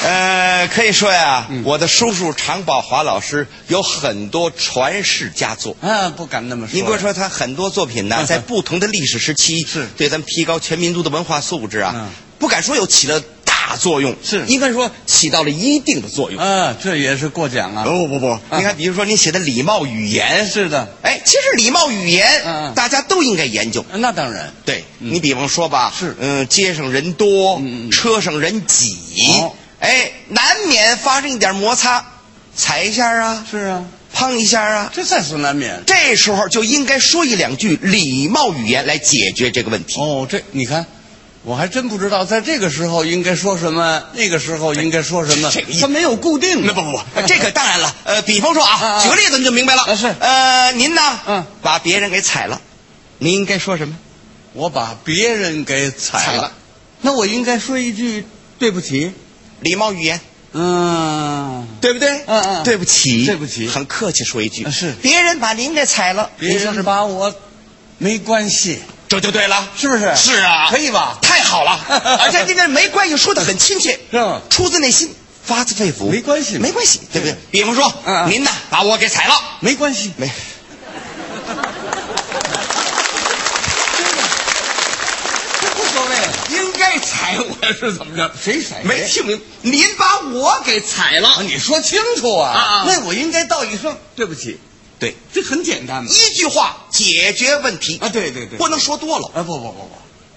呃，可以说呀，嗯我的叔叔常宝华老师有很多传世佳作。嗯，不敢那么说。嗯您别说他很多作品呢，在不同的历史时期，是对咱们提高全民族的文化素质啊，嗯不敢说有起了大作用，是应该说起到了一定的作用。啊，这也是过奖啊。不不不，你看，比如说您写的礼貌语言，是的，哎，其实礼貌语嗯言嗯大家都应该研究。那当然。对你比方说吧，嗯是嗯，街上人多嗯嗯嗯，车上人挤哦，哎，难免发生一点摩擦，踩一下啊，是啊，碰一下啊，这在所难免。这时候就应该说一两句礼貌语言来解决这个问题。哦，这你看，我还真不知道在这个时候应该说什么，那个时候应该说什么哎这这，它没有固定啊的。那不不不，这个当然了，呃，比方说啊啊，啊举个例子你就明白了。啊是呃，您呢？嗯，把别人给踩了，您应该说什么？ 我把别人给踩踩了了，那我应该说一句对不起。礼貌语言。嗯，对不对？嗯嗯对不起，对不起很客气说一句啊是别人把您给踩了，别您说人什么？把我没关系，这就对了，是不是？是啊，可以吧？太好 了，而且这个没关系，说的很亲切，是吧出自内心，发自肺腑，没关系嘛没关系，啊对不对？比方说，嗯嗯您呢把我给踩了，没关系，没，这无所谓。应该哎踩我是怎么着？谁踩谁没听明，您把我给踩啊了，你说清楚啊！啊啊那我应该道一声对不起，对，这很简单嘛。一句话解决问题啊，对对对，不能说多了，啊，不不不不，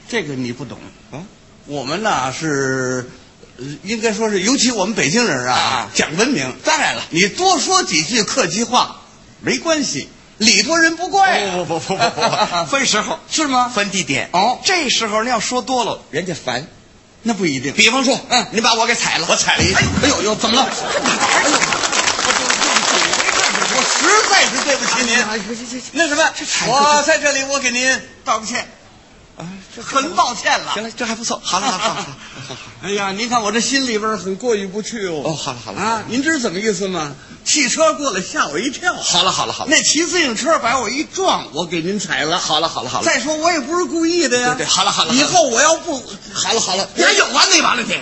这个你不懂。嗯，我们呐是，呃应该说是，尤其我们北京人啊，啊讲文明。当然了。你多说几句客气话，没关系，礼多人不怪啊、不不不不不不，分时候是吗？分地点哦这时候你要说多了，人家烦。那不一定。比方说，嗯您把我给踩了，我踩了一哎哎呦呦，怎么了？哎呦，我实在是对不起您。哎那什么，我在这里，啊我给您道个歉，很抱歉了。行了，这还不错。好了，好了，好了，好了，哎呀，您看我这心里边很过意不去哦。哦好了好了啊，您知道怎么意思吗？汽车过来吓我一跳，好了，好了，好了。那骑自行车把我一撞，我给您踩了。好了，好了，好了。再说我也不是故意的呀。对对好了好了以好后我要不好了好了，人有完没完了？你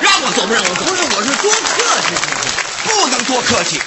让我走不让我走？不是我是多客气，不能多客气，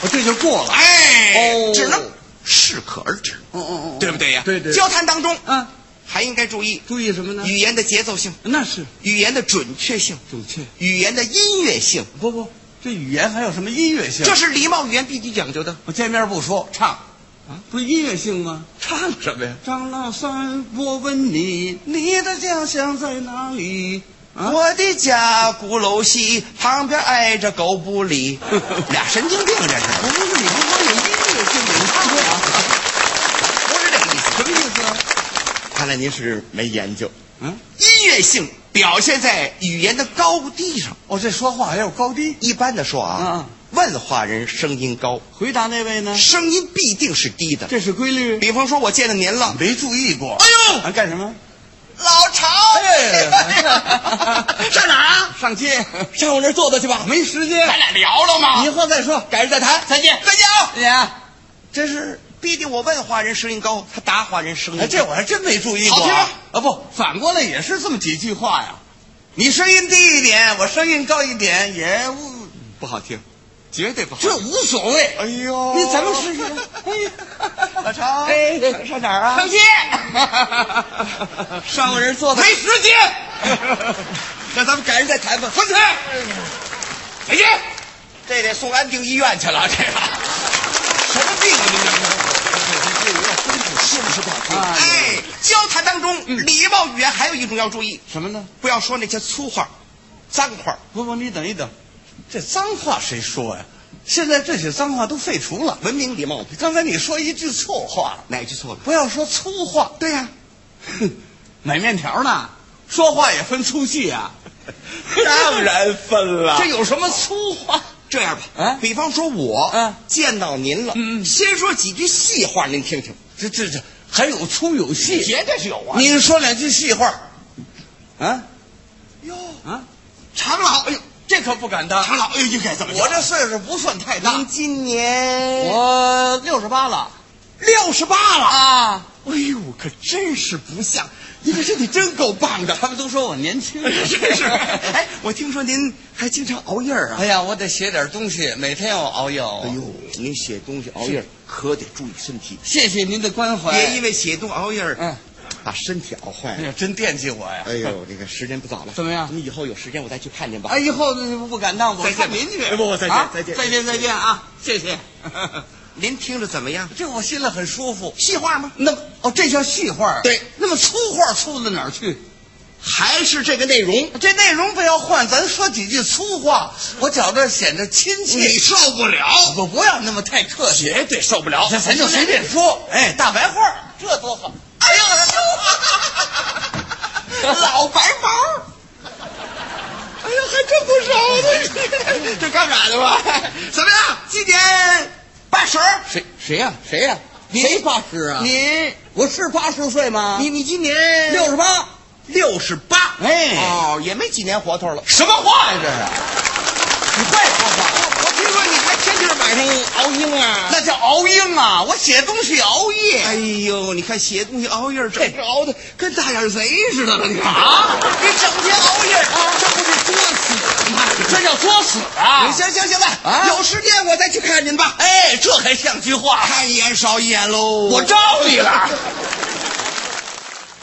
我哦这就过了。哎，哦只能适可而止，哦哦哦，对不对呀？对对。交谈当中啊，还应该注意注意什么呢？语言的节奏性、那是语言的准确性、准确。语言的音乐性，不不，这语言还有什么音乐性？这是礼貌语言必须讲究的。我见面不说唱，啊，不是音乐性吗？唱什么呀？张老三，我问你，你的家乡在哪里？啊，我的家鼓楼西，旁边挨着狗不 理，俩神经病啊这是，不是哎你不说有音乐性，你唱不了，不是这个意思。什么意思啊？看来您是没研究，嗯，音乐性表现在语言的高低上。哦，这说话还有高低。一般的说嗯啊，问话人声音高，回答那位呢？声音必定是低的。这是规律，比方说，我见了您了，没注意过。哎呦啊，干什么？老曹，哎上哪儿啊？上街，上我那儿坐坐去吧。没时间。咱俩聊了吗？以后再说，改日再谈。再见，再见啊！姐，哎，这是必定我问话人声音高，他答话人声音高。哎这我还真没注意过好听啊吗。啊，不，反过来也是这么几句话呀。你声音低一点，我声音高一点，也无不好听，绝对不好这无所谓。哎呦那咱们试试。老常哦哎，上哪儿啊？上 街，上个人坐的没。时间。那咱们改日再谈吧。分开，再见。这得送安定医院去 了，这个什么病啊？您这是是不是不好听？哎哎，嗯交谈当中，礼貌语言还有一种要注意，什么呢？不要说那些粗话、脏话。不不，你等一等，这脏话谁说呀？现在这些脏话都废除了。文明礼貌，刚才你说一句错话，哪句错了？不要说粗话。对呀、哼，买面条呢，说话也分粗细啊。 当然分了这有什么粗话？这样吧，啊比方说我，啊见到您了，嗯嗯先说几句细话，您听听，这这这还有粗有细。绝对是有啊你你说两句细话，啊哟，啊，长老，哎呦，这可不敢当。长老，哎呦，应该怎么讲？我这岁数不算太您大，今年我六十八了六十八了，啊。哎呦，可真是不像，您这身体真够棒的。他们都说我年轻，真是。 哎，我听说您还经常熬夜啊 哎？呀，我得写点东西，每天要熬夜。哦哎呦，您写东西熬夜可得注意身体，谢谢您的关怀。别因为写东熬夜儿哎嗯，把身体熬坏了。哎呀，真惦记我呀！哎呦，这个时间不早了，怎么样你以后有时间我再去看您吧。哎，以后不敢当，我再见看您去哎。不不再见啊再见再见，再见啊！谢谢。 您听着怎么样？这我心里很舒服。细话吗？那么哦，这叫细话。对，那么粗话粗到哪儿去？还是这个内容？这内容不要换，咱说几句粗话，我觉着显得亲你切。受不了，我不要那么太客气，绝对受不了。咱就随便说。哎，大白话儿，这多好！哎呦，我的 老白毛儿，哎呀，还真不少呢， 这干嘛的吧？怎么样？今年八十。谁谁呀、谁呀、谁八十啊？您我是八十岁吗？你你今年啊六十八。六十八，哎哦，也没几年活头了。什么话呀、这是？你会说话？我听说你还天天晚上熬鹰啊？那叫熬鹰啊！我写东西熬夜。哎呦，你看写东西熬夜，整是熬的跟大眼贼似的了，你看啊！你整天熬夜啊，这不是作死吗？哎这叫作死啊！行行行了，啊有时间我再去看您吧。哎，这还像句话？看一眼少一眼喽。我招你了。